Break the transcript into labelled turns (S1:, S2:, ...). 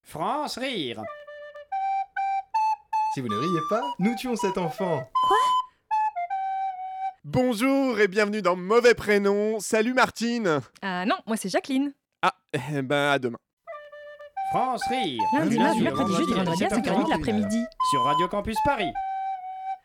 S1: France rire.
S2: Si vous ne riez pas, nous tuons cet enfant.
S3: Bonjour et bienvenue dans Mauvais Prénom. Salut Martine.
S4: Ah non, moi c'est Jacqueline.
S3: Ah, eh ben à demain.
S1: France rire.
S4: Lundi,
S1: Du
S2: Lundi,
S4: mardi,
S1: au
S4: mercredi, jeudi, vendredi à 5h30 de l'après-midi.
S1: Sur Radio Campus Paris.